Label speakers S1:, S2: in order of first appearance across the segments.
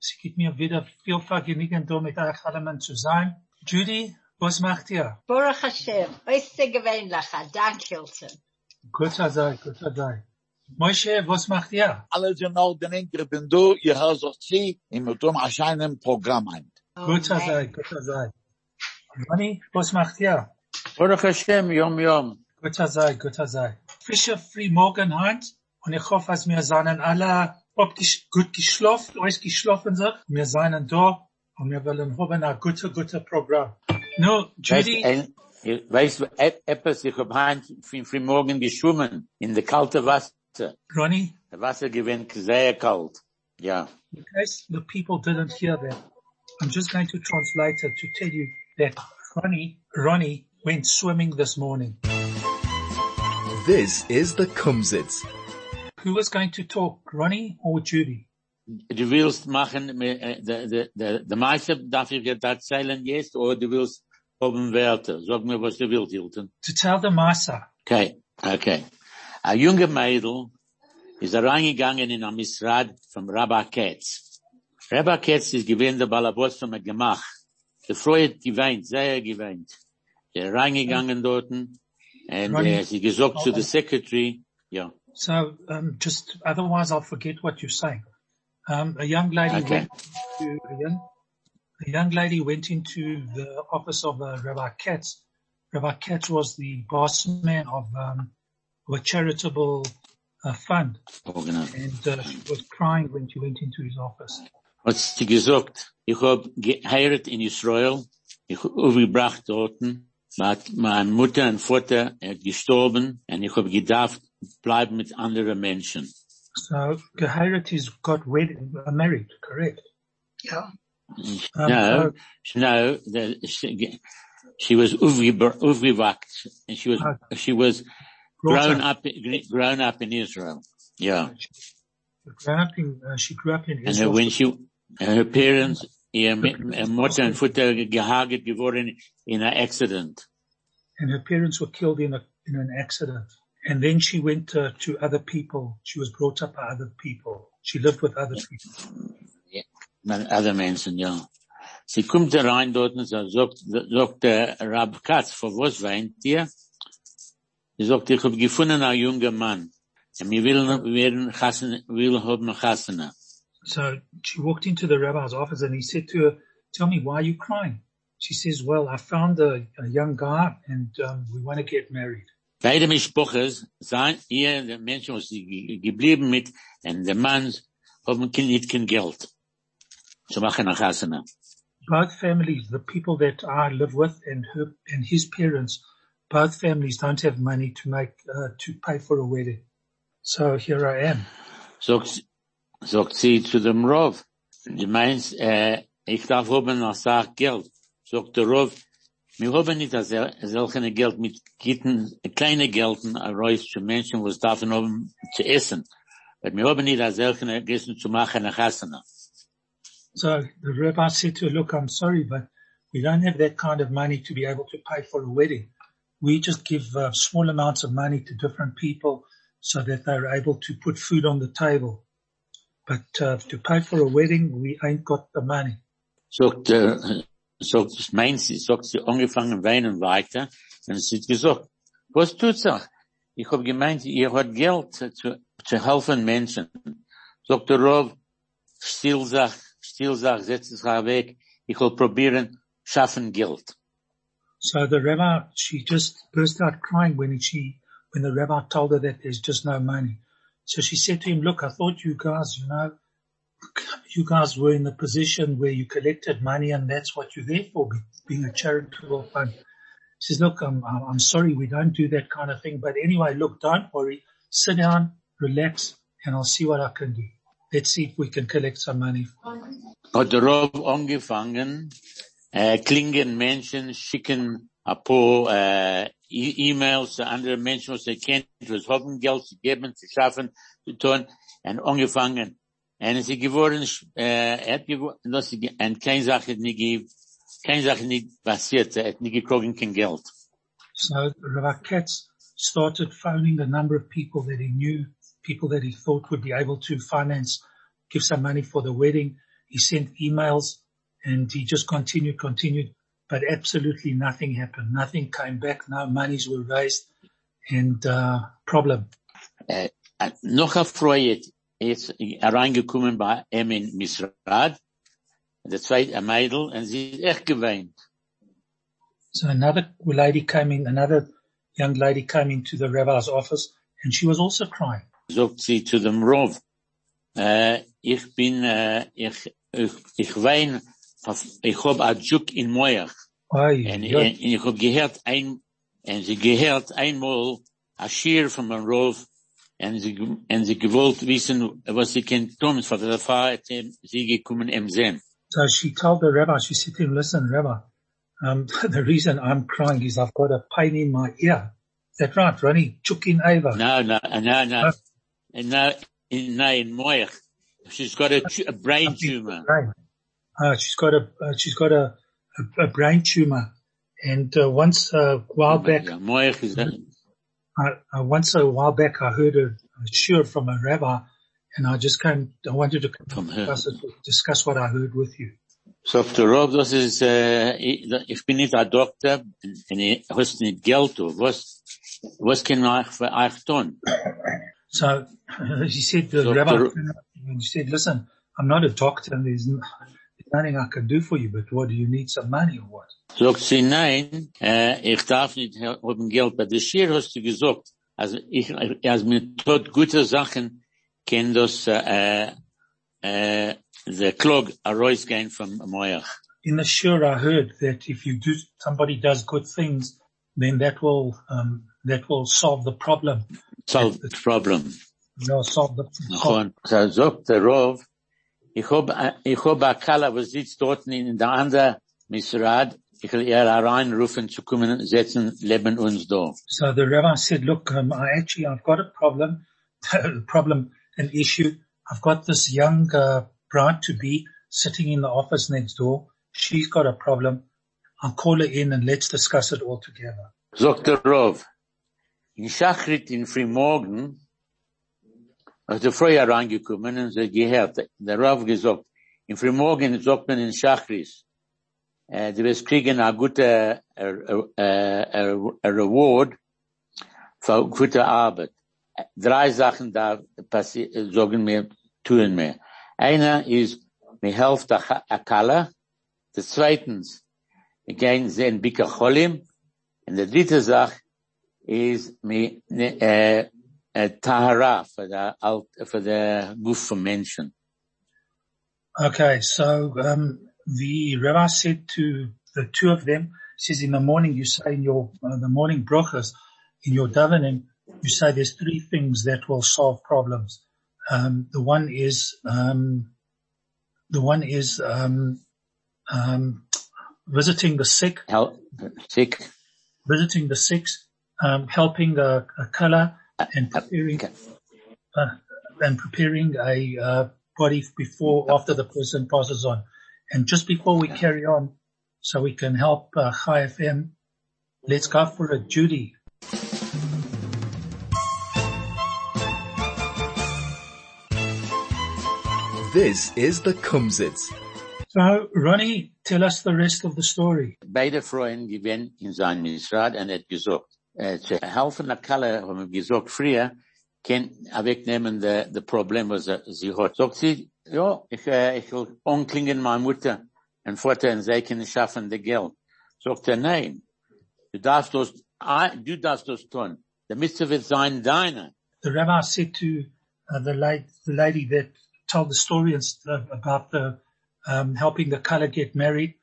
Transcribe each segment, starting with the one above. S1: Es gibt mir wieder viel Vergnügen, da mit euch allen zu sein. Judy, was macht ihr?
S2: Baruch Hashem, oiste gewähn lacha, dank Hilton.
S1: Guter sei, guter sei. Moshe, was macht ihr?
S3: Alle sind auch den Enker, bin du, ihr hörst auch sie, im Utum erscheinen Programm ein.
S1: Guter sei, guter sei. Ronny, was macht ihr?
S4: Baruch Hashem, Yom Yom.
S1: Guter sei, guter sei. Fischer Free Morgen heute und ich hoffe, dass wir seinen alle ob gesch gut geschlafen, euch geschlafen sind. Wir seien da und wir wollen haben ein gutes, gutes Programm. No, Judy,
S4: Weißt, ein, weißt du, et- etwas, ich hab heint von früh morgen geschwommen, in der kalte Wasser.
S1: Ronnie,
S4: Das Wasser gewinnt sehr kalt. Ja.
S1: in case the people didn't hear that, I'm just going to translate it to tell you that Ronnie, Ronnie went swimming this morning.
S5: This is the Kumsitz.
S1: Who was going to talk, Ronnie or Judy?
S4: Du willst machen, äh, der, der, der, der Meister darf ich dir erzählen jetzt, oder du willst haben Werte. Sag mir, was du willst, Hilton.
S1: To tell the Masa.
S4: Okay, okay. Ein junger Mädel ist reingegangen in ein Misrad vom Rabbi Ketz. Rabbi Ketz ist gewähnt der Balabos vom Gemach. Gefreut, geweint, sehr geweint. Er ist reingegangen dort und
S1: Ronny.
S4: äh, sie gesagt zu der Secretary, ja,
S1: So, um, just otherwise I'll forget what you're saying. Um, a young lady
S4: Okay.
S1: went to a young, a young lady went into the office of uh, Rabbi Katz. Rabbi Katz was the boss man of um, a charitable uh, fund,
S4: organisiert.
S1: and uh, she was crying when she went into his office.
S4: Hat sie gesagt, ich hab geheiratet in Israel, ich hab aufgebracht dort, hat meine Mutter und Vater äh, gestorben und ich hab gedacht, bleiben mit anderen Menschen.
S1: So Gehairati's got wed- uh, married, correct?
S2: Ja.
S1: Um,
S4: no,
S1: so-
S4: no, the, she, she was aufgebr- aufgewachsen, and she was
S1: Ah.
S4: she was
S1: Brought
S4: grown
S1: up.
S4: up grown up in Israel. Yeah,
S1: Grew up in, uh, she grew up in
S4: and her,
S1: Israel.
S4: when she and her parents, ihr Mi- Mutter und Vater gehaget geworden in an accident.
S1: and her parents were killed in a in an accident. And then she went uh, to other people. She was brought up by other people. She lived with other people.
S4: Mit other Menschen, ja. Sie kommt da rein dort und sie sagt, sagt der Rab Katz, vor was weint ihr? Sie sagt, ich hab gefunden einen jungen Mann. Und wir will, werden, Chassene- will haben Chassene.
S1: So she walked into the rabbi's office and he said to her, "Tell me why are you crying?" She says, "Well, I found a, a young guy and um, we want to get married."
S4: Beide Mischbuches sahen ihr, der Mensch, was sie ge- geblieben mit, und der Mann, haben kein, nicht kein Geld. Zu machen nach Hasana.
S1: Both families, the people that I live with and her and his parents, both families don't have money to make uh, to pay for a wedding. So here I am.
S4: Sagt, sagt sie zu dem Rov. Du meinst, äh, ich darf haben noch Sach Geld. Sagt der Rov, wir haben nicht das sel- solche Geld mit Kitten, kleine Gelden, erreicht zu Menschen, was darf haben zu essen. Aber wir haben nicht das solche Gessen zu machen nach Hasana.
S1: So the rabbi said to her, look, I'm sorry, but we don't have that kind of money to be able to pay for a wedding. We just give uh, small amounts of money to different people so that they're able to put food on the table. But uh, to pay for a wedding, we ain't got the money.
S4: sagt, äh, sagt, was meint sie, sagt sie, angefangen weinen weiter, und sie hat gesagt, was tut sie? Ich hab gemeint, ihr habt Geld äh, zu, zu helfen Menschen. Sagt der Rov, still sag, still sag, setz es weg, ich will probieren, schaffen Geld.
S1: So the rabbi, she just burst out crying when she, when the rabbi told her that there's just no money. So she said to him, look, I thought you guys, you know, you guys were in the position where you collected money and that's what you're there for, be- being a charitable fund. She says, look, I'm, I'm I'm sorry, we don't do that kind of thing. But anyway, look, don't worry. Sit down, relax, and I'll see what I can do. Let's see if we can collect some money.
S4: Hat der Rov angefangen, äh, klingen Menschen, schicken ein paar äh, E- E-Mails zu anderen Menschen, was sie kennt, was hoffen, Geld zu geben, zu schaffen, zu tun, und angefangen. Und sie geworden, äh, er hat geworden, dass sie, ge- und keine Sache hat nie gegeben, keine Sache nicht passiert, er hat nie gekriegt kein Geld.
S1: So Rabbi Katz started phoning the number of people that he knew, people that he thought would be able to finance, give some money for the wedding. He sent emails and he just continued, continued, but absolutely nothing happened. Nothing came back. No monies were raised and, uh, problem.
S4: Äh, noch ein Freund ist reingekommen bei ihm in Misrad, der zweite ein Mädel, und sie ist echt geweint.
S1: So another lady came in, another young lady came into the rabbi's office and she was also crying.
S4: sagt sie zu dem Rov, äh, ich bin, äh, ich, ich, ich wein, auf- ich hab a Juk in Moyach.
S1: Ay,
S4: Und,
S1: yoy.
S4: und, und ich hab gehört ein, und sie gehört einmal a Schir von dem Rov, und sie, und sie gewollt wissen, was sie kennt tun, von der Fahrt, hat sie- sie gekommen im Sehen.
S1: So she told the rabbi, she said to him, listen, rabbi, um, the reason I'm crying is I've got a pain in my ear. Is that right, Ronnie? Chukin Ava.
S4: No, no, no, no, no, in, no, in Moyach. She's got a, tu- a brain tumor.
S1: Brain. Uh, she's got a, uh, she's got a, a, a brain tumor. And uh, once a while back,
S4: Yeah, Moyach is a,
S1: I, I, once a while back, I heard a, a shiur from a rabbi and I just came, I wanted to
S4: From her.
S1: discuss, it, discuss what I heard with you.
S4: Sagt der Rob, das ist, äh, ich ich bin nicht ein Doktor, und ich hast nicht Geld, oder was, was kann ich für euch tun?
S1: So he said to the
S4: Doctor-
S1: rabbi, and he said, listen, I'm not a doctor and there's, n- there's nothing I can do for you, but what do you need some money or what?
S4: Sagt sie, nein, äh, ich darf nicht he- haben Geld, bei der Schier hast du gesagt, also ich, als mir tut gute Sachen, kann das, äh, äh, der Klog herausgehen vom Moach.
S1: In the sure I heard that if you do, somebody does good things, then that will, um, that will solve the problem.
S4: Solve the problem.
S1: You know, solve the
S4: נכון. אז זאת רוב, איכו בהקלה וזיץ דוטן in der andere משרד, ich will ihr hereinrufen zu kommen, setzen, leben uns da.
S1: So the rabbi said, look, um, I actually, I've got a problem, problem, an issue. I've got this young, uh, bride to be sitting in the office next door. She's got a problem. I'll call her in and let's discuss it all together.
S4: Sagt der Rov, in Schachrit in Frühmorgen, als der Frau hereingekommen und sie gehört, der Rov gesagt, in Frühmorgen sagt man in Schachrit, äh, du wirst kriegen eine gute äh, äh, äh, äh, Reward für gute Arbeit. Äh, Drei Sachen da passi- äh, sagen mir, tun mir. Einer ist, mir hilft der Cha- Akala. Das zweitens, wir gehen sehen Bikacholim. And the dritte Sache is me, ne, äh, äh, Tahara for the, alt, for the Guf von Menschen.
S1: Okay. So, um, the rabbi said to the two of them, says in the morning, you say in your, uh, the morning brachas, in your davening, you say there's three things that will solve problems. Um, the one is, um, the one is, um, um, visiting the sick,
S4: Hel sick.
S1: visiting the sick, um, helping a, a color and preparing,
S4: okay.
S1: uh, and preparing a uh, body before, after the person passes on. And just before we carry on, so we can help uh, Chai FM, let's go for a Judy.
S5: This is the Kumsitz.
S1: So Ronnie, tell us the rest of the story.
S4: Beide Freunde gewinnen in sein Ministrat und hat gesagt, äh, zu helfen der Kalle, haben wir gesagt, früher, kann wegnehmen de, de Problem, was eh, er- sie hat. Sagt sie, ja, ich, äh, ich will anklingen meine Mutter und Vater und sie können schaffen das Geld. Sagt er, nein, du darfst das, ah, du darfst das tun. Der Mister wird sein deiner.
S1: The rabbi said to uh, the, late, the lady that told the story and st- uh, about the um, helping the color get married,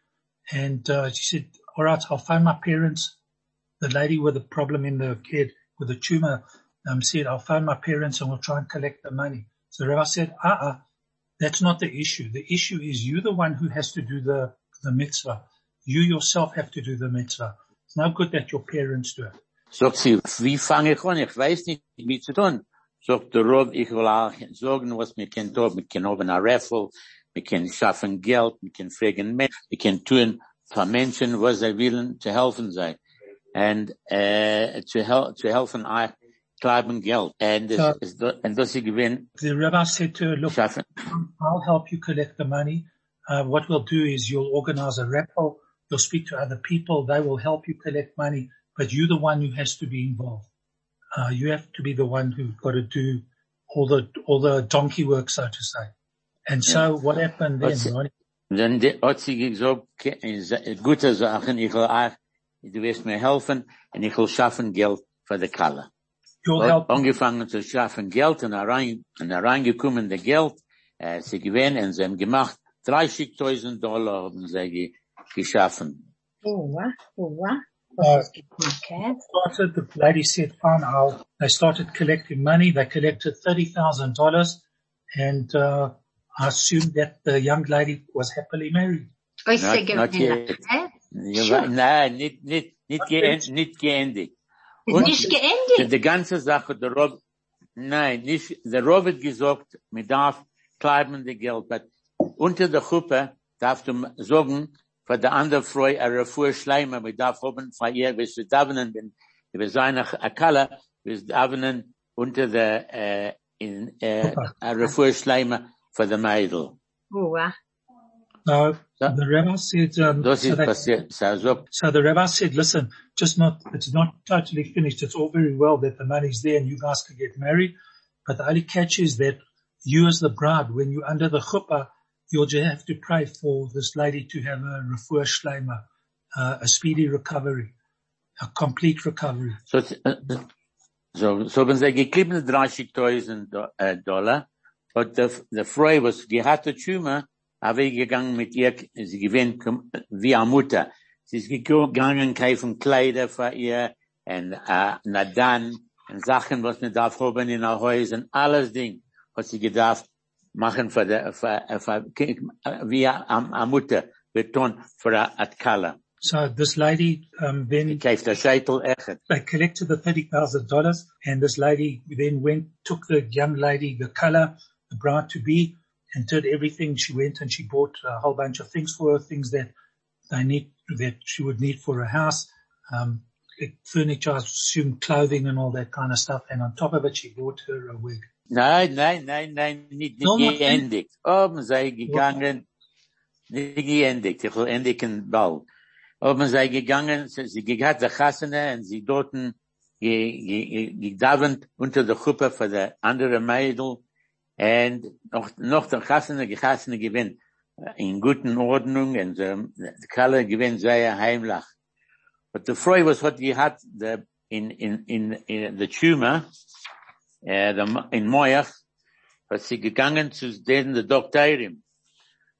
S1: and uh, she said, "All right, I'll phone my parents." The lady with the problem in the head with the tumor um, said, "I'll phone my parents and we'll try and collect the money." So the rabbi said, "Ah, "Uh-uh, that's not the issue. The issue is you, the one who has to do the the mitzvah. You yourself have to do the mitzvah. It's no good that your parents do it.
S4: Sagt sie, wie fange ich an? Ich weiß nicht, wie zu tun. Sagt der Rob, ich will auch sagen, was wir können tun. Wir können haben eine Raffle, wir können schaffen Geld, wir können fragen Menschen, wir können tun für Menschen, was sie willen, zu helfen sein. And, äh, zu, hel zu helfen, auch bleiben Geld. And,
S1: Ja.
S4: das, ist- und das sie gewinnen,
S1: The rabbi said to her, look,
S4: schaffen.
S1: I'll help you collect the money. Uh, what we'll do is you'll organize a raffle. You'll speak to other people. They will help you collect money, but you're the one who has to be involved. Uh, you have to be the one who's got to do all the, all the donkey work, so to say. And so what happened then,
S4: What's-
S1: Ronnie?
S4: Dann de- hat sie gesagt, ke- in sa- gute Sachen, ich will auch, du wirst mir helfen, und ich will schaffen Geld für die Kalle.
S1: You'll
S4: Well,
S1: help.
S4: angefangen zu schaffen Geld und herein, und hereingekommen der Geld, äh, sie gewinnen und sie haben gemacht, 30.000 Dollar haben sie ge geschaffen.
S2: Oh, wow. Oh, wow.
S1: Uh,
S2: Okay.
S1: started, the lady said, fine, I'll, they started collecting money. They collected $30,000 and, uh, I assumed that the young lady was happily married.
S2: I
S4: Not-
S2: say
S4: not
S2: gewähnt
S4: yet.
S2: lach.
S4: Ja,
S2: Sure.
S4: wa- Nein, nicht, nicht, nicht, geend, nicht geendigt.
S2: Ist nicht
S4: Die,
S2: geendet.
S4: die ganze Sache, der Rob, nein, nicht, der Rob hat gesagt, man darf bleiben die Geld, aber unter der Gruppe darf du sagen, für die andere Frau, er fuhr Schleimer, man darf oben für ihr, wir sind davenen, wenn wir sein nach Akala, wir sind davenen unter der, äh, in, äh, er fuhr Schleimer für die Mädel.
S2: Oh, wow.
S1: No,
S4: That-
S1: Uh, the rabbi said. Um,
S4: Das
S1: so,
S4: ist
S1: that-
S4: passiert, so, so,
S1: so the rabbi said, "Listen, just not. It's not totally finished. It's all very well that the money's there and you guys could get married, but the only catch is that you, as the bride, when you're under the chuppah, you'll just have to pray for this lady to have a refuah shleima, uh, a speedy recovery, a complete recovery."
S4: so, so, so wenn sie geklebt 30.000 Do- äh, Dollar, hat der, der Frau, was die hatte Tschüme, habe ich gegangen mit ihr, sie gewinnt kom- wie eine Mutter. Sie ist gegangen, kaufen Kleider für ihr, und, äh, Nadan, und Sachen, was man darf haben in der Haus, und alles Ding, was sie gedacht, machen für der, für, äh, für, wie eine eine Mutter, beton für eine Kala.
S1: So this lady um,
S4: Sie
S1: then
S4: kauft der Scheitel echt.
S1: they collected the thirty thousand dollars, and this lady then went, took the young lady, the color, the bride to be, and did everything. She went and she bought a whole bunch of things for her, things that they need, that she would need for her house, um, furniture, I assume clothing and all that kind of stuff. And on top of it, she bought her a wig.
S4: Nein, nein, nein, nein, nicht, nicht
S1: No, Martin.
S4: geendigt. Oben sei gegangen, nicht geendigt, ich will endigen bald. Oben sei gegangen, sie, sie gegat der Chassene und sie dorten ge- ge- ge- gedavend unter der Gruppe für der andere Mädel und noch, noch der Chassene, Gechassene gewinnt in guten Ordnung und ähm, die Kalle gewinnt sehr heimlich. But the Freu was what he had the, in, in, in, in the tumor, äh, der, Ma- in Moyach, was sie gegangen zu denen, der Doktorin.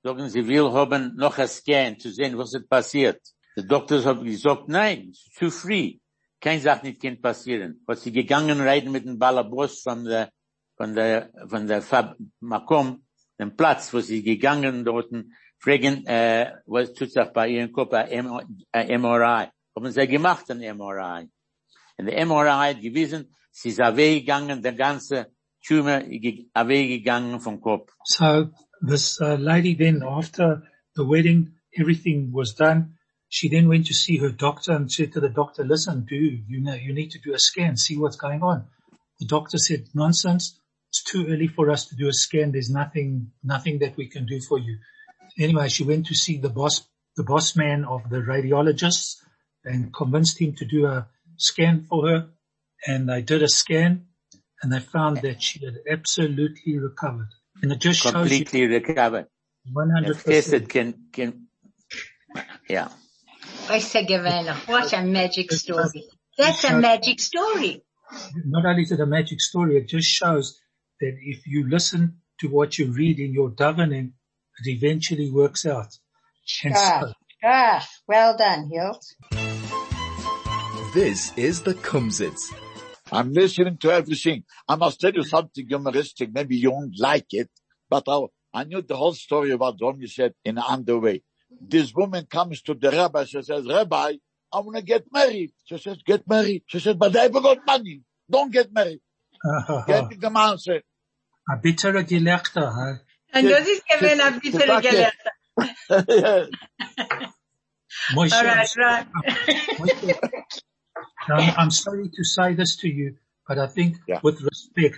S4: Sagen sie, will haben noch ein Scan zu sehen, was ist passiert. Der Doktor hat gesagt, nein, es ist zu früh. Kein Sach nicht kann passieren. Was sie gegangen reiten mit dem Ballabos von der, von der, von der Fab Makom, dem Platz, wo sie gegangen dorten, fragen, äh, was tut sich bei ihrem Körper, ein M- ein MRI. Haben sie gemacht ein MRI. Und der MRI hat gewiesen, sie ist weggegangen, der ganze Tumor ge- weggegangen vom Kopf.
S1: So this uh, lady then, after the wedding, everything was done. She then went to see her doctor and said to the doctor, listen, do you know, you need to do a scan, see what's going on. The doctor said, nonsense. It's too early for us to do a scan. There's nothing, nothing that we can do for you. Anyway, she went to see the boss, the boss man of the radiologists and convinced him to do a scan for her. And they did a scan and they found that she had absolutely recovered. And it just shows you
S4: Completely recovered.
S1: 100%.
S4: Tested can, can, yeah.
S2: I say gewähnt lach. What a magic story. That's a magic story.
S1: not only is it a magic story, it just shows that if you listen to what you read in your davening, it eventually works out. And so,
S2: Gosh, gosh. Ah, Well done, Hilt.
S5: This is the Kumsitz.
S3: I'm listening to everything. I must tell you something humoristic. Maybe you won't like it, but I'll, I knew the whole story about Rom, you said, in an underway. this woman comes to the rabbi, she says, Rabbi, I want to get married. She says, get married. She says, but I have got money. Don't get married. Get the answer.
S1: a bittere Gelächter, hey.
S2: Und das ist gewesen ein bisschen
S3: Danke.
S2: gelernt.
S1: Moshe,
S2: All right, right.
S1: Moshe, I'm, I'm sorry to say this to you, but I think
S3: Yeah.
S1: with respect,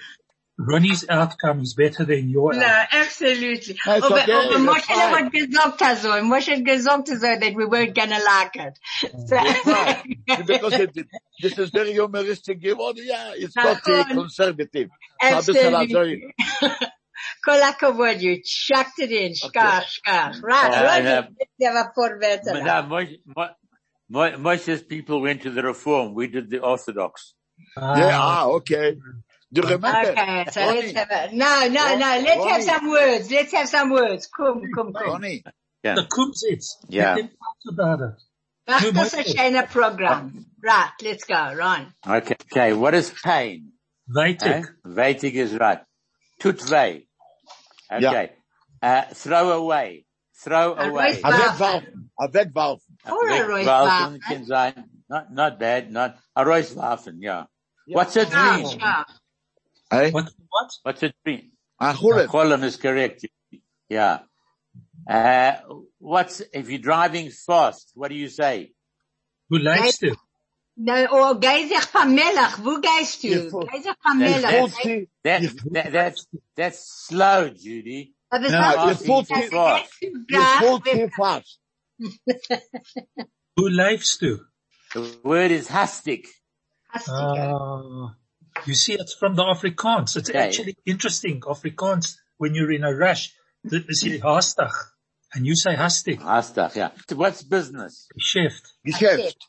S1: Ronnie's outcome is better than your outcome.
S2: No, absolutely.
S3: No, it's
S2: aber,
S3: okay,
S2: aber
S3: it's
S2: Moshe
S3: fine.
S2: hat gesagt hat so, Moshe hat gesagt hat so, that we weren't gonna like it. So,
S3: because it, this is very humoristic. You want, yeah, it's
S2: Of
S3: not uh,
S2: course.
S3: conservative. So I'm just allowed to-
S2: absolutely. Kol hakavod, you chucked it in. Shkar, shkar.
S3: Mm. Uh,
S2: Right,
S4: Yeah,
S2: right.
S4: yeah.
S2: They were vorwärts.
S4: But now, Moshe, Mo- Mo- Moshe's people went to the Reform. We did the Orthodox.
S1: Ah,
S3: Yeah, ah, okay. Do you remember?
S2: Okay, so let's
S3: Ronnie,
S2: have a, no, no, no,
S3: Ronnie,
S2: let's have
S3: Ronnie.
S2: some words. Let's have some words. Come, come, come.
S3: Ronnie,
S4: Yeah.
S1: The Kumsitz.
S4: Yeah.
S1: Let them talk about it.
S2: Mach
S1: Du
S2: das ein
S1: meinst-
S2: schöner
S3: Um,
S2: Programm. Right, let's go, Ron.
S4: Okay. Okay. What is pain?
S1: Vaitik.
S4: Vaitig is right. Tut vay. Okay. Uh, throw away. Throw
S2: Uh,
S4: away.
S2: raise-
S3: wegwerfen, wegwerfen.
S2: Or a Royce
S4: Wegwerfen
S2: Bath.
S4: can sein. Not, not bad. Not, a Reuswaffen, yeah.
S3: Yeah.
S4: What's a
S2: Schau,
S4: dream?
S2: schau.
S3: Hey,
S1: What? What?
S4: What's a dream?
S3: a chulet.
S4: The column is correct. Yeah. Uh, what's, if you're driving fast, what do you say?
S1: Who likes it?
S2: No, oh, Geisach Pamelach, wo geist du?
S3: Ihr Fuß.
S2: Geisach
S4: Ihr
S2: Pamelach.
S4: Fuß.
S3: Fuzzi,
S4: That,
S3: Ihr
S4: that, that's, that's slow, Judy.
S2: Aber
S1: Ja,
S2: sag
S3: ihr
S2: uns,
S3: Fuß.
S2: dass wir jetzt
S3: ihr
S2: da-
S3: Fuzzi fast.
S1: Who likes to?
S4: The word is hastic.
S2: Hast du gehört?
S1: Ah, you see, it's from the Afrikaans. It's
S4: Okay.
S1: actually interesting. Afrikaans, when you're in a rush, th- they say hastig. And you say hastig.
S4: Hastig, yeah. What's business?
S1: Geschäft.
S3: Geschäft.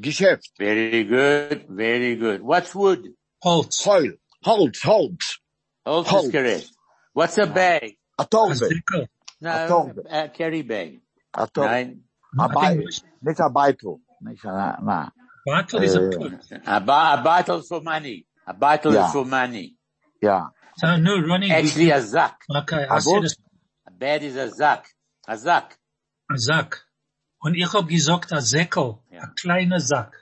S3: Geschäft.
S4: Very good, very good. What's wood?
S1: Holz.
S3: Heul. Holz, Holz.
S4: Holz is
S3: Holz.
S4: correct. What's a bag?
S3: A Torbe.
S1: Deckel.
S3: A
S4: No,
S3: Torbe.
S4: a carry bag.
S3: A Torbe.
S4: Nein.
S3: A
S1: I
S3: Beil.
S1: think
S3: Nicht a Beitel. Nicht a, na.
S1: Beitel is a
S3: Uh,
S1: plug.
S4: A, ba- a bottle for money. A bottle
S3: Yeah.
S4: is for money.
S3: Ja.
S1: So no, Ronnie. we-
S4: Actually, a zack.
S1: Okay, I
S3: a
S1: said
S3: book?
S1: it's
S4: A bed is a zack. A zack.
S1: a Sack. Und ich hab gesagt, a Säckel. A
S4: Ja.
S1: kleiner Sack.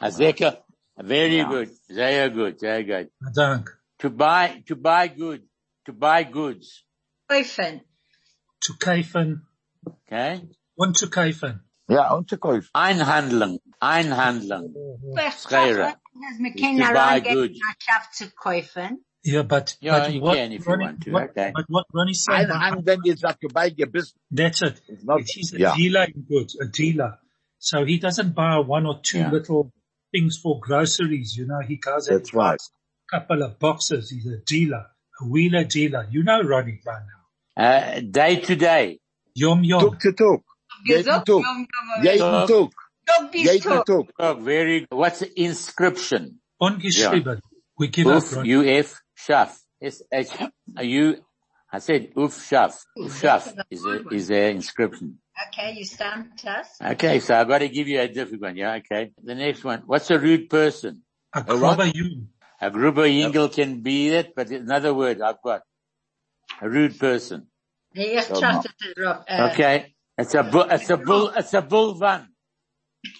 S4: A zecker. Very
S3: Yeah.
S4: good. Very good. Very good.
S1: Na, Dank.
S4: To buy, to buy good. To buy goods.
S3: Ah.
S2: Kaufen.
S1: Zu kaufen
S4: Okay?
S1: und zu kaufen.
S3: Ja, und zu kaufen.
S4: Einhandeln. Einhandeln.
S2: Ich
S4: Schreire.
S2: hoffe, dass wir
S4: You
S2: Kinder
S4: buy
S2: reingehen,
S4: goods.
S2: die Mannschaft zu kaufen.
S1: Yeah, but,
S4: Yeah,
S1: but
S4: you
S1: what,
S4: can if you
S1: Ronnie,
S4: want to,
S1: what,
S4: okay.
S1: but what Ronnie said,
S3: Einhandeln ist a vorbeigebissen.
S1: that's it.
S3: It's not-
S1: He's a
S3: yeah.
S1: dealer in goods, a dealer. So he doesn't buy one or two
S4: Yeah.
S1: little things for groceries, you know, he goes and
S3: That's right.
S1: a couple of boxes. He's a dealer, a wheeler dealer. You know Ronnie by now.
S4: Uh, day to day.
S1: Yom Yom.
S3: Tuk zu Tuk. Jeden
S2: Gesagt,
S3: Tag.
S2: Jom, Jom, Jom.
S3: Jeden Tuk.
S2: Tag bis
S3: Jeden
S2: Tag.
S3: Tuk.
S4: Oh, very good. What's an inscription?
S1: Ungeschrieben. We give up,
S4: Uf,
S1: Ronnie.
S4: UF, Shaf. S H U. I said Uf Shaf. Uf Shaf is a, is a inscription.
S2: Okay, you stamped us.
S4: Okay, so I've got to give you a different one. Yeah, okay. The next one. What's a rude person?
S1: A
S3: what?
S1: Krobayun.
S4: A Gruber Yingel can be it, but another word I've got. A rude person.
S2: Nee, ich
S3: Ja,
S2: schaffte es drauf. Äh,
S4: Okay. It's a bull, it's a bull, it's a bull van.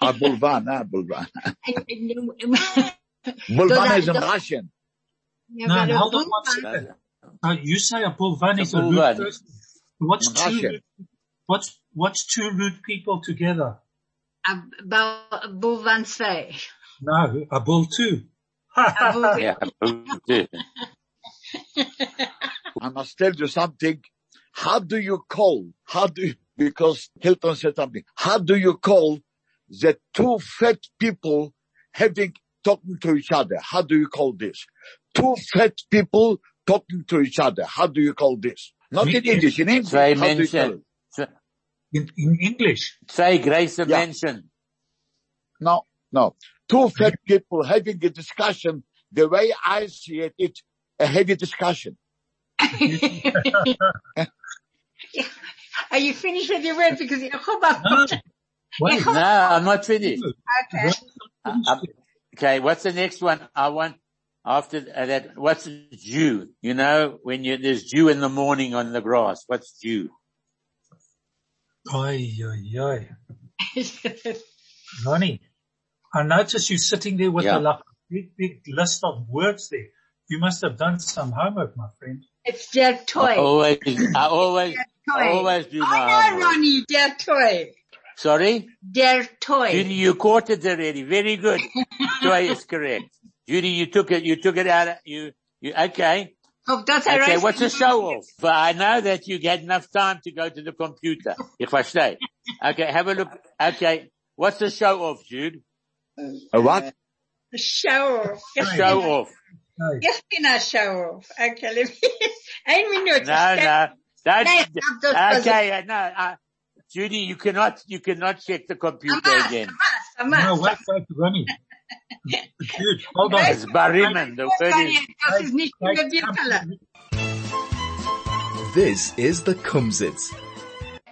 S3: A Bulvan, a Bulvan.
S2: Ja,
S3: Bulvan
S2: that-
S3: is in
S2: that-
S3: Russian.
S2: aber
S1: Nein, hold on
S2: Bulban-
S1: one second. Uh, you say a bulvan is
S4: A
S1: a rude
S4: bulvan.
S1: person. What's two,
S3: Russia.
S1: rude- what's, what's two rude people together?
S2: Ab- Bulban zwei.
S1: No, a bull too.
S2: Ab- Bulban-
S4: Yeah. a bull.
S3: I must tell you something. How do you call? How do you, because Hilton said something. How do you call the two fat people having talking to each other? How do you call this? Two fat people talking to each other. How do you call this? Not in English, in English.
S4: Zwei
S3: how do you call
S4: Menschen.
S3: it?
S4: Z-
S1: In, in English.
S4: Zwei große
S3: Yeah.
S4: Menschen.
S3: No, no. Two fat people having a discussion. The way I see it, it's a heavy discussion.
S2: Are you finished with your word? Because you
S1: No, wait,
S4: No, I'm not finished.
S2: Okay.
S4: I- I- okay, what's the next one? I want after that. What's dew? You know, when you, there's dew in the morning on the grass. What's dew?
S1: Oi, oi, oi. Ronnie, I noticed you sitting there with
S4: Yeah.
S1: a lo- big, big list of words there. You must have done some homework, my friend.
S2: it's their toy.
S4: I always, I always, I always do my
S2: I know,
S4: homework.
S2: Ronnie, their toy.
S4: Sorry?
S2: Their toy.
S4: Judy, you caught it already. Very good. Joy is correct. Judy, you took it, you took it out, of- you, you, okay.
S2: Of those I
S4: Okay,
S2: raised-
S4: what's a show off? But I know that you had enough time to go to the computer. If I stay. Okay, have a look. Okay. What's a show off, Jude?
S3: A what?
S2: A show off.
S4: A show off.
S1: No,
S2: Yes, been a show off. Okay, let me. Ein
S4: No,
S2: Minute.
S4: no.
S2: Hey,
S4: That's,
S2: I'm just-
S4: okay, uh, no, uh, Judy, you cannot, you cannot check the
S2: I
S4: computer
S2: must,
S4: again.
S2: I must, I
S1: no,
S2: must.
S1: wait, wait, Ronnie. Dude, hold on.
S4: It's Barryman, the
S2: Das
S4: very,
S2: ist nicht über die Kalle.
S5: This is the Kumsitz.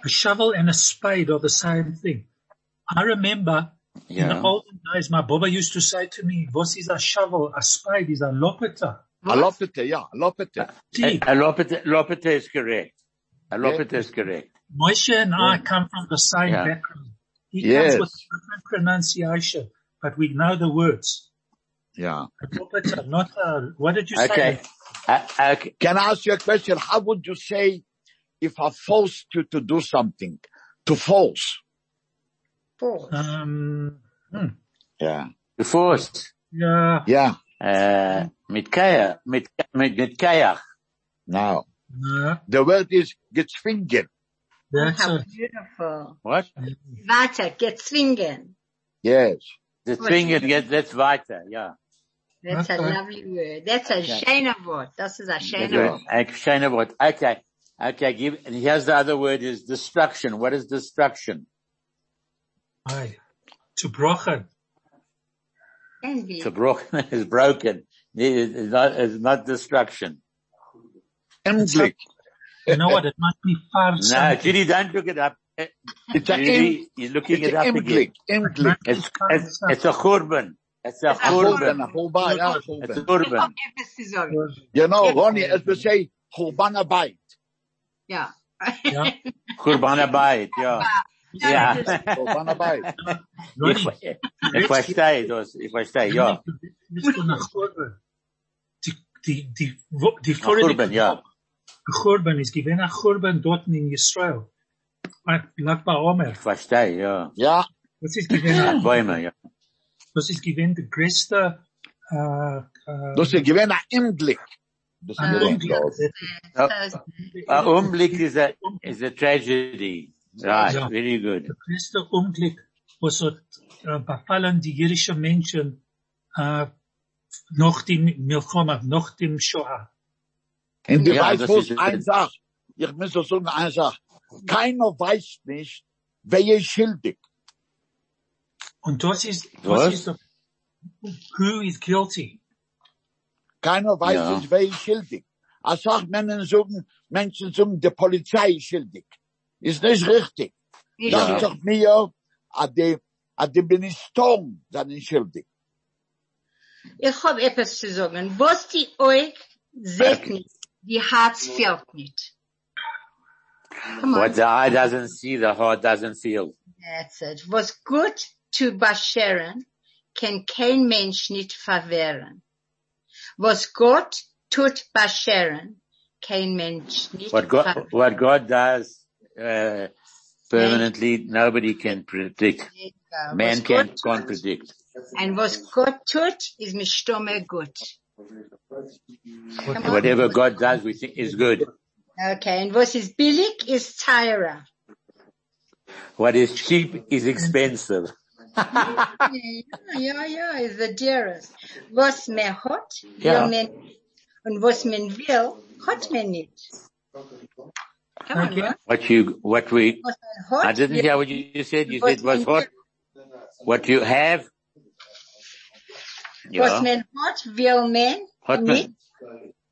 S1: A shovel and a spade are the same thing. I remember in the
S4: yeah.
S1: olden days, my Baba used to say to me, "What is a shovel? A spade is a lopeta."
S3: Alopete, yeah, alopete.
S1: See,
S4: A Lopete, Lopete is correct. A Lopete is correct.
S1: Moshe and I come from the same
S4: Yeah.
S1: background. He
S3: Yes.
S1: comes with a different pronunciation, but we know the words.
S3: Yeah.
S1: A lopeta, not a, what did you
S4: Okay.
S1: say?
S4: Uh, okay.
S3: Can I ask you a question? How would you say if I forced you to do something? To force.
S1: Um, hmm,
S3: Yeah.
S4: Forced.
S1: yeah,
S3: Yeah.
S4: Uh, mit Kajach, mit, mit, mit Kajach.
S3: Now,
S1: no,
S3: the word is gezwungen.
S1: that's
S2: How
S1: a,
S2: beautiful.
S4: What?
S2: Warte, gezwungen.
S3: Yes.
S4: The thing it gets, that's weiter, yeah.
S2: That's a
S1: Okay.
S2: lovely word. That's a
S4: Okay.
S2: schöner Wort. Das ist ein schöner
S3: Yeah.
S2: Wort.
S4: Okay, Shana what? Okay. Okay, give, and here's the other word is destruction. What is destruction?
S1: aye. to brochen.
S2: Envy.
S4: To broken is broken. It is it's not, it's not destruction.
S3: Endlich.
S1: You know what? It must be five.
S4: No,
S1: something.
S4: Judy, don't look it up. Eh,
S3: It's an
S4: Judy, you're looking
S3: it's
S4: it up
S3: an
S4: again.
S3: endlich. Endlich.
S4: It's, it's, it's a churban. It's a
S2: a
S4: churban.
S3: Churban, Churban, yeah,
S4: It's a
S2: Ich
S3: Churban.
S2: hab
S4: churban.
S2: etwas zu sagen.
S3: You know, Ronnie, as we say, Churban Abayit.
S2: Ja.
S1: Yeah.
S4: Churban abayit, yeah. Yeah.
S3: Churban Abayit.
S1: Ronnie,
S4: If if I stay, it was, if I stay, yeah.
S1: Nicht nur nach Churban. Die, die, die, wo- die
S4: A churban, yeah.
S1: Churban ist gewesen, ein Churban dort in Israel. Lag bei Omer.
S4: If I stay, yeah.
S3: Yeah.
S1: Das ist gewesen,
S4: Bäume, ja.
S1: das ist gewesen der größte, äh, äh,
S3: Das ist gewähnt ein Endlich. Das ist
S1: ein
S3: gewähnt,
S1: Unglück.
S3: glaube ich.
S2: Das ist
S4: A Uh, Umblick is a, is a tragedy. Right, very good.
S1: der größte Unglück, was hat, äh, befallen die jüdischen Menschen, äh, nach dem Milchoma, nach dem Shoah.
S3: Und die
S4: Ja,
S3: weiß,
S4: das
S3: wo
S4: ist-
S3: es ein sagt. Ich muss so sagen, ein sagt. Keiner weiß nicht, wer ist schuldig.
S1: Und das ist,
S4: Was?
S1: das ist, doch- who is guilty?
S3: Keiner weiß
S4: Ja.
S3: es, wer ist schuldig. Er sagt, Menschen sagen, Menschen sagen, die Polizei ist schuldig. Ist nicht richtig.
S2: nicht
S3: Das
S4: Ja.
S3: ist doch mir, an die, an die Ministern sind schuldig.
S2: Ich hab etwas zu sagen. Was die euch seht nicht, die Herz fehlt nicht. Come
S4: What
S2: on,
S4: the eye doesn't see, the heart doesn't feel.
S2: that's it. Was gut zu bescheren, kann kein Mensch nicht verwehren. Was Gott tut bescheren, kein Mensch nicht
S4: What God,
S2: verwehren.
S4: what God does, uh, permanently, nobody can predict.
S2: Was
S4: Man
S2: Gott
S4: can,
S2: tut,
S4: can't predict.
S2: Und was Gott tut, ist mit Stimme gut. Come on.
S4: Whatever God does, we think is good.
S2: Okay, und was ist billig, ist teurer.
S4: What is cheap is expensive.
S2: Ja, ja, ja, ist the dearest. Was man hat,
S4: Ja.
S2: will man nicht. Und was man will, hat man nicht. Come on,
S1: Okay.
S4: What you, what we,
S2: was man hat,
S4: I didn't hear what you said. You said was what, what you have.
S2: was
S4: Yeah.
S2: man hat, will man
S4: Hat man.
S2: nicht.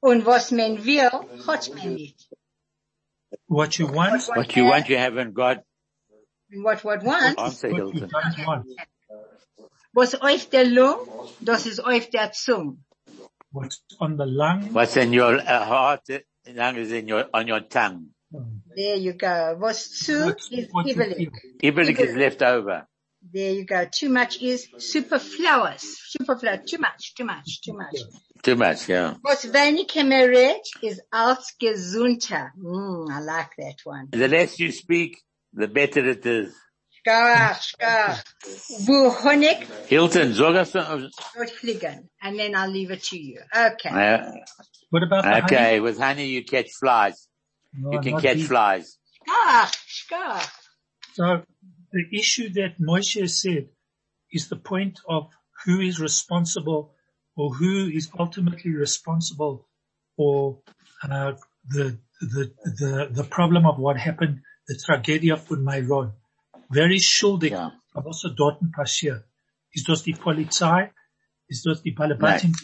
S2: Und was man will, hat man nicht.
S1: What you want,
S4: What you want, you haven't got.
S2: Und what what wants,
S4: Answer
S1: what you
S4: Hilton.
S1: don't want.
S2: was auf der Lung, das ist auf der Zunge.
S1: What's on the lung?
S4: What's in your uh, heart, uh, lung is in your, on your tongue.
S1: um,
S2: There you go. Was zu
S1: That's
S2: is
S1: what you
S2: Ibalik.
S1: think.
S4: Ibrik is left over.
S2: There you go. Too much is superfluous. Superfluous. Too much, too much, too much.
S4: Too much, yeah.
S2: Was wenig emerich is als gesunter. Mm, I like that one.
S4: The less you speak, the better it is.
S2: Schach, schach. Bu honig
S4: Hilton, Zoga, so- uh,
S2: wird fliegen. And then I'll leave it to you. Okay.
S4: uh,
S1: What about the honey?
S4: okay, with honey you catch flies.
S1: No,
S4: You can
S1: Oh, not
S4: catch
S1: these.
S4: flies.
S2: Schach, schach.
S1: So the issue that Moshe said is the point of who is responsible or who is ultimately responsible for uh, the, the, the, the problem of what happened, the Tragedia von Mayron. Very schuldig,
S4: Ja.
S1: aber also dort passiert. Ist das die Polizei? Ist das die Balabatin?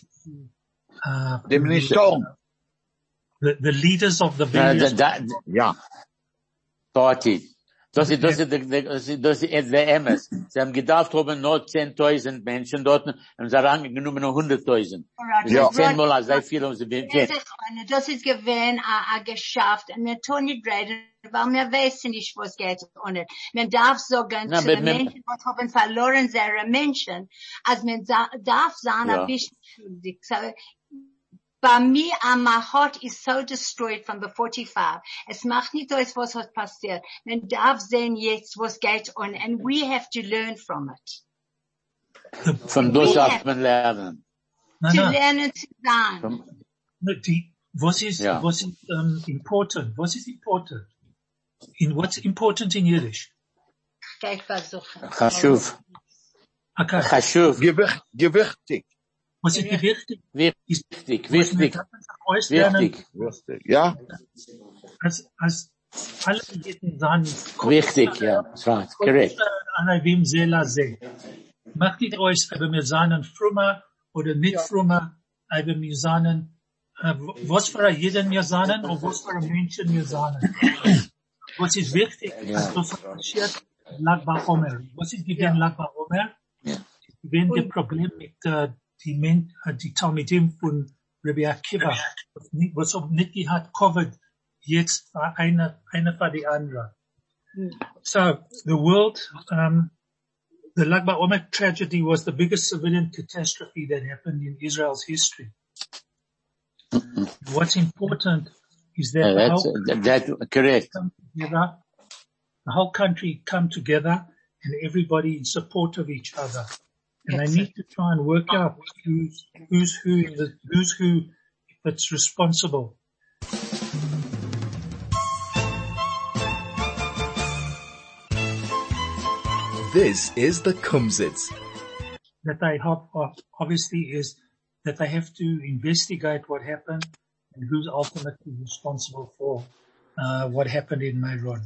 S1: Uh,
S3: The minister.
S1: The, the leaders of the
S4: No,
S1: various
S4: the, the
S3: Yeah.
S4: party. Das ist, das ist, das ist, das ist, das ist der Emmes. Sie haben gedacht, haben nur 10.000 Menschen dort, haben sie herangenommen nur 100.000.
S2: Alright,
S4: Ja.
S3: Ja.
S4: Zehnmal, als sehr viel haben sie
S2: Das
S4: gekriegt.
S2: ist, eine- das ist gewesen, a, a geschafft. Und wir tun nicht reden, weil wir wissen nicht, was geht ohne. Man darf sagen
S4: Na,
S2: zu
S4: aber
S2: den
S4: man-
S2: Menschen, die haben verloren, ihre Menschen, als man sa- darf sein,
S4: Ja.
S2: ein bisschen schuldig. So, bei mir, uh, my heart is so destroyed from the 45. Es macht nicht das, was hat passiert. Man darf sehen jetzt, was geht on. And we have to learn from it.
S4: Von das darf man lernen.
S1: No,
S2: to
S1: no.
S2: lernen zu sein.
S4: Von,
S1: No, die, was is,
S4: Yeah.
S1: was is um, important? What is important? In what's important in Yiddish?
S2: Gleich versuchen.
S4: Chashuv.
S1: Okay.
S4: Chashuv.
S3: Gewicht, gewichtig.
S1: Was ist die wichtig?
S4: Wichtig, wichtig,
S1: Wichtig.
S4: wichtig,
S3: Ja?
S1: Als, als alle jeden sagen,
S4: wichtig, ja. That's right, correct.
S1: Alle wem Sela seh. Macht nicht euch, aber wir seinen frummer oder nicht frummer, aber wir seinen, äh, was für ein jeden wir seinen und was für ein Menschen wir seinen. was ist wichtig, ist, was passiert, lag bei Homer. Was ist gewesen, lag bei Homer? Wenn der Problem mit äh, die Men äh, die Talmidim von Rabbi Akiva, was nicht- was auch nicht die hat covered, jetzt war eine, eine uh, war die andere. So the world, um, the Lag BaOmer tragedy was the biggest civilian catastrophe that happened in Israel's history. What's important is that
S4: Yeah,
S1: the
S4: That's,
S1: whole
S4: that, correct.
S1: come together, the whole country come together and everybody in support of each other. And they need to try and work out who's, who's who, in the- who's who that's responsible.
S5: This is the Kumsitz.
S1: That they have, of- obviously is that they have to investigate what happened and who's ultimately responsible for, uh, what happened in Mayron.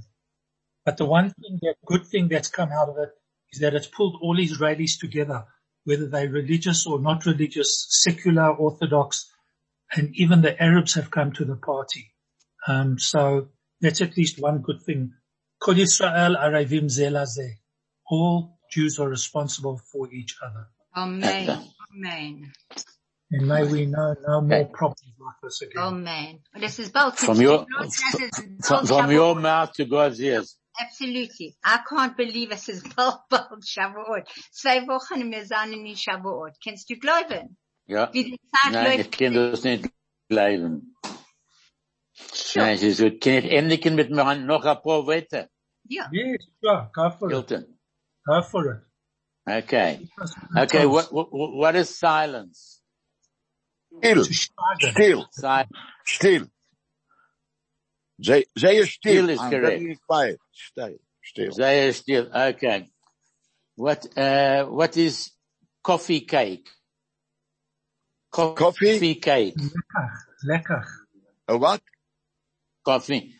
S1: But the one thing, the good thing that's come out of it is that it's pulled all Israelis together, whether they're religious or not religious, secular, orthodox, and even the Arabs have come to the party. Um, so that's at least one good thing. Kol Yisrael arevim ze lazeh. All Jews are responsible for each other.
S2: Amen. Amen.
S1: And may we know no more
S4: Okay. Um,
S1: problems like this again.
S2: Oh man. Und das ist bald.
S4: From your,
S2: Das ist
S4: from,
S2: bald
S4: from your
S2: Shavuot.
S4: mouth to God's ears.
S2: Absolutely. I can't believe es ist bald, bald Shavuot. Zwei Wochen und wir sind in Shavuot. Kannst du glauben?
S4: Ja.
S2: Wie die Zeit
S4: Nein, ich
S2: läuft.
S4: kann das nicht bleiben. Nein, es ist gut. Kann ich endigen mit mir noch ein paar Wörter,
S2: Ja.
S1: Yes, sure. Go for it.
S4: Hilton?
S1: Go for it.
S4: Okay.
S1: Just
S4: Okay, what, what, what is silence?
S3: Still,
S1: to Schneider.
S3: still,
S4: Si-
S3: still. They, they are still.
S4: Still is
S3: I'm
S4: correct.
S3: very quiet. Still, still.
S4: They are still, okay. What, uh, what is coffee cake? Co-
S3: Coffee?
S4: Coffee cake.
S1: Lekach. Lekach.
S3: Uh, what?
S4: Coffee.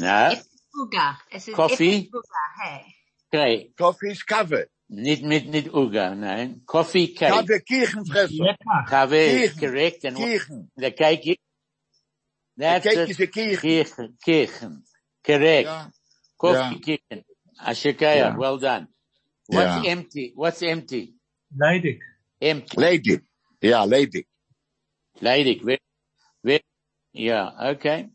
S4: No,
S2: Es ist Uga. Es ist
S4: Coffee?
S2: es ist Uga. Hey.
S4: cake.
S3: Coffee is covered.
S4: Nicht mit, nicht Uga, nein. Coffee cake.
S3: Covered kirchenfresser.
S1: Lekach.
S4: Kave is
S3: Kirchen.
S4: correct and
S3: Kirchen.
S4: the cake is,
S3: The
S4: that's
S3: cake is
S4: it.
S3: a kirchen.
S4: Kirchen, Kirchen. Correct.
S3: Yeah.
S4: Coffee Kirchen. Ashikaya,
S3: Yeah.
S4: well done. What's
S3: Yeah.
S4: empty? What's empty?
S1: Leidig.
S4: Empty.
S3: Lady. Yeah, lady.
S4: Leidig. Where, where, yeah, okay.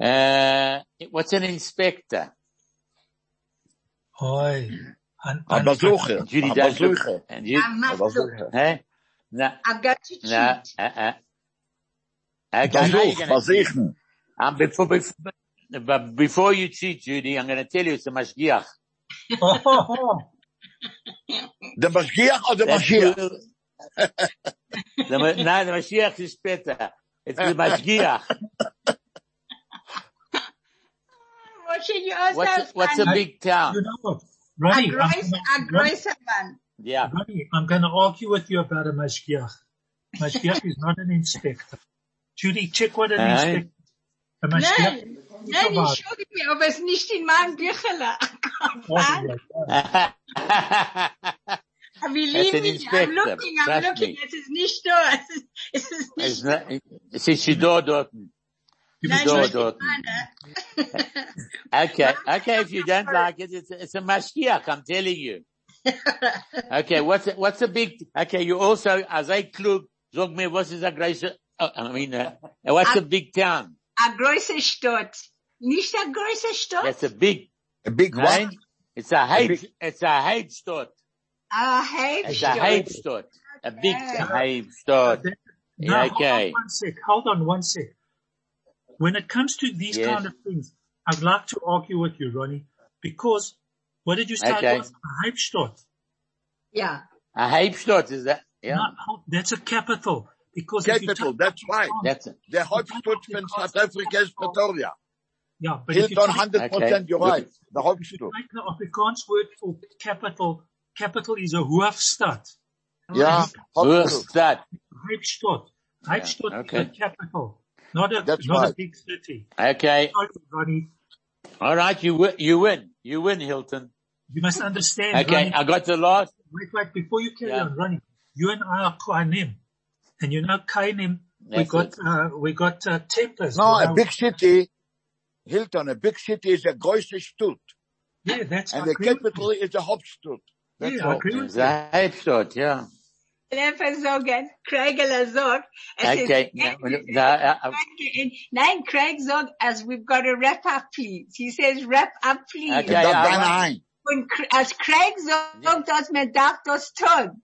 S4: Uh, what's an inspector?
S1: Oi. An,
S3: A bezoeker.
S4: Judy
S3: A
S4: does look-
S3: bezoeker.
S4: And you,
S2: I'm
S3: A
S2: not
S3: bezoeker.
S4: hey? Na,
S2: I've got to cheat.
S4: na, uh, uh. I, I know
S3: Bezoek,
S4: you're gonna cheat.
S3: bezoeken.
S4: Um, before, before, but before you cheat, Judy, I'm going to tell you it's a mashgiach.
S1: Oh, oh, oh.
S3: De Mashiach of de
S4: That's
S3: Mashiach?
S4: true. the, Ma- no, the Mashiach is better. It's the Mashiach.
S2: Roger, you're also
S4: What's, what's a
S2: funny.
S4: big town?
S1: You know what?
S2: A
S1: Ronnie,
S2: gross, a
S1: I'm, Ronnie,
S2: grosser one.
S4: Yeah.
S1: Ronnie, I'm going to argue with you about a mashgiach. Mashgiach is not an inspector. Judy, check what an
S4: Aye.
S1: inspector. A mashgiach.
S2: Nein, nein, ich schulde mir, aber es ist nicht in meinem Bücherle.
S1: Argue.
S4: That's
S2: Believe
S4: an
S2: me, I'm
S4: inspector,
S2: looking, I'm
S4: trust
S2: looking,
S4: me.
S2: es ist nicht da, es ist, es ist
S4: it's
S2: nicht,
S4: not, it's a shidor dort.
S1: You
S2: nein,
S1: must-
S4: door,
S2: nicht in
S4: door.
S2: meiner.
S4: Okay, okay, if you don't like it, it's, it's a Mashiach, I'm telling you. Okay, what's, what's a big, okay, you also, as I clue, sag me, what is a great, oh, I mean, uh, what's a big town?
S2: A größer Stadt. Nicht a größer Stadt,
S4: That's a big,
S3: A big
S4: right?
S3: one?
S4: It's a height, it's a height dort.
S2: a
S4: It's a
S2: Heimstadt.
S4: Heimstadt. A big
S2: Yeah.
S4: Heimstadt.
S1: No,
S4: Yeah,
S1: hold
S4: okay.
S1: on one sec. Hold on one sec. When it comes to these
S4: Yes.
S1: kind of things, I'd like to argue with you, Ronnie, because what did you say
S4: Okay.
S1: was a Heimstadt?
S2: Ja.
S4: A Heimstadt is that, yeah,
S1: No, hold- that's a capital. Because if you
S3: Capital,
S1: take-
S3: that's right.
S4: that's it.
S3: The Hauptstadt from South Africa is Pretoria.
S1: yeah, but if you
S3: Hilton,
S1: take,
S3: 100%, you're
S4: Okay.
S3: right. The Hauptstadt.
S1: take the Afrikaans word for capital, capital is a Hoofstad.
S3: Yeah,
S4: Hochstadt.
S3: Hauptstadt.
S1: Heimstadt. Heimstadt
S4: okay.
S1: is a capital, not a
S3: That's
S1: not a
S3: right.
S1: big city.
S4: Okay.
S1: Sorry, Ronnie,
S4: All right. You win. You win. You win, Hilton.
S1: you must understand.
S4: Okay.
S1: Ronnie,
S4: I got the last.
S1: wait, wait, before you carry
S4: Yeah.
S1: on, Ronnie, you and I are Kainim. And you know Kainim, we
S4: That's
S1: got,
S4: it.
S1: uh, we got, uh, tempers.
S3: No,
S1: you
S3: a
S1: know.
S3: Nou, big city, Hilton, a big city is a große Stadt.
S1: yeah, that's, I
S3: And the
S1: agree with
S3: capital
S1: you.
S3: is the Hauptstadt. That's
S1: Yeah, I
S3: all.
S1: agree with
S4: It's
S1: you.
S4: a Heimstadt. Yeah.
S2: Treffer sagen, Kreigler sagt, es
S4: Okay.
S2: ist,
S4: Now, now, uh,
S2: nein, Craig sagt, as we've got to wrap up please. He says wrap up please.
S4: Okay.
S3: And
S4: Yeah,
S3: that's
S4: yeah, I-
S3: Banaheim.
S2: Und Cra- als Craig sagt, dass man darf das tun.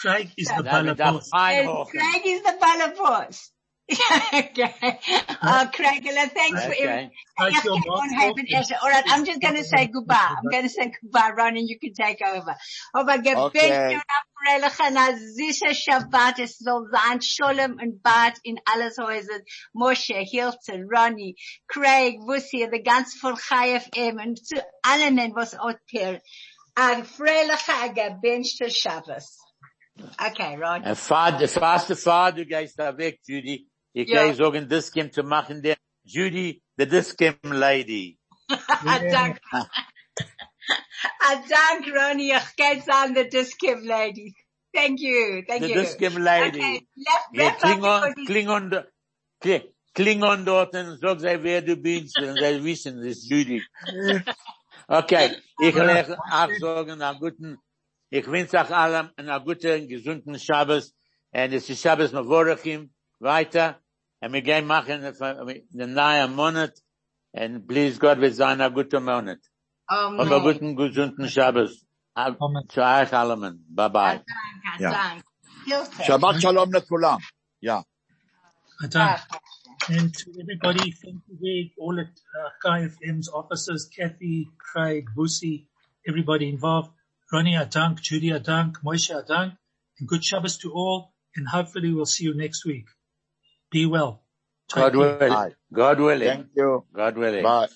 S1: Craig is the
S4: now we got
S1: Balabas.
S4: fine
S2: And
S4: Hawken.
S2: Craig is the Ballerboss. okay. Oh, Craig, well, thanks for everything.
S4: Okay.
S1: Take your
S2: Okay,
S1: mask off.
S2: won't happen, Esther. All right, I'm just going to say goodbye. I'm going to say goodbye, Ron, and you can take over. Aber
S3: Okay.
S2: gebeten und abfreulich an ein süßer Shabbat. Es soll sein Sholem und Bad in alles Häuser. Moshe, Hilton, Ronnie, Craig, Wussi, the ganz voll FM und zu allen, was out there. Ein freilicher, ein gewünschter Shabbat. Okay, Ron.
S4: A fad, a faster fad, du gehst da weg, Judy. Ich
S2: Ja.
S4: kann sagen, das kommt zu machen, der Judy, the Discam Lady.
S2: Ah, dank. Ah, dank, Ronnie. Ich geht's an the Diskim lady. Thank you. Thank
S4: The
S2: you.
S4: Discam Lady.
S2: Okay, left,
S4: Ja,
S2: left
S4: Klingon, Klingon, Kli- Klingon dort und sag sei, wer du bist, und sei wissen, das ist Judy. Okay, ich will euch auch sagen, einen guten, ich wünsche euch allen einen guten, gesunden Schabbos, und es ist Schabbos Mavorachim, weiter, und wir gehen machen, den neuen Monat, and please God, wir sein einen guten Monat.
S2: Oh,
S4: Und einen guten, gesunden Schabbos. Ah,
S1: Amen.
S4: Zu euch allen. Bye bye.
S2: dank,
S3: Ja.
S2: dank. Hilfe.
S3: Shabbat Shalom Lekulam. Yeah.
S1: I don't. And to everybody, thank you very, all at uh, Kai FM's offices, Kathy, Craig, Busi, everybody involved. Ronnie Adank, Judy Adank, Moshe Adank, and good Shabbos to all, and hopefully we'll see you next week. Be well. Take
S4: God
S1: care.
S4: willing. God willing.
S3: Thank you.
S4: God willing.
S3: Bye.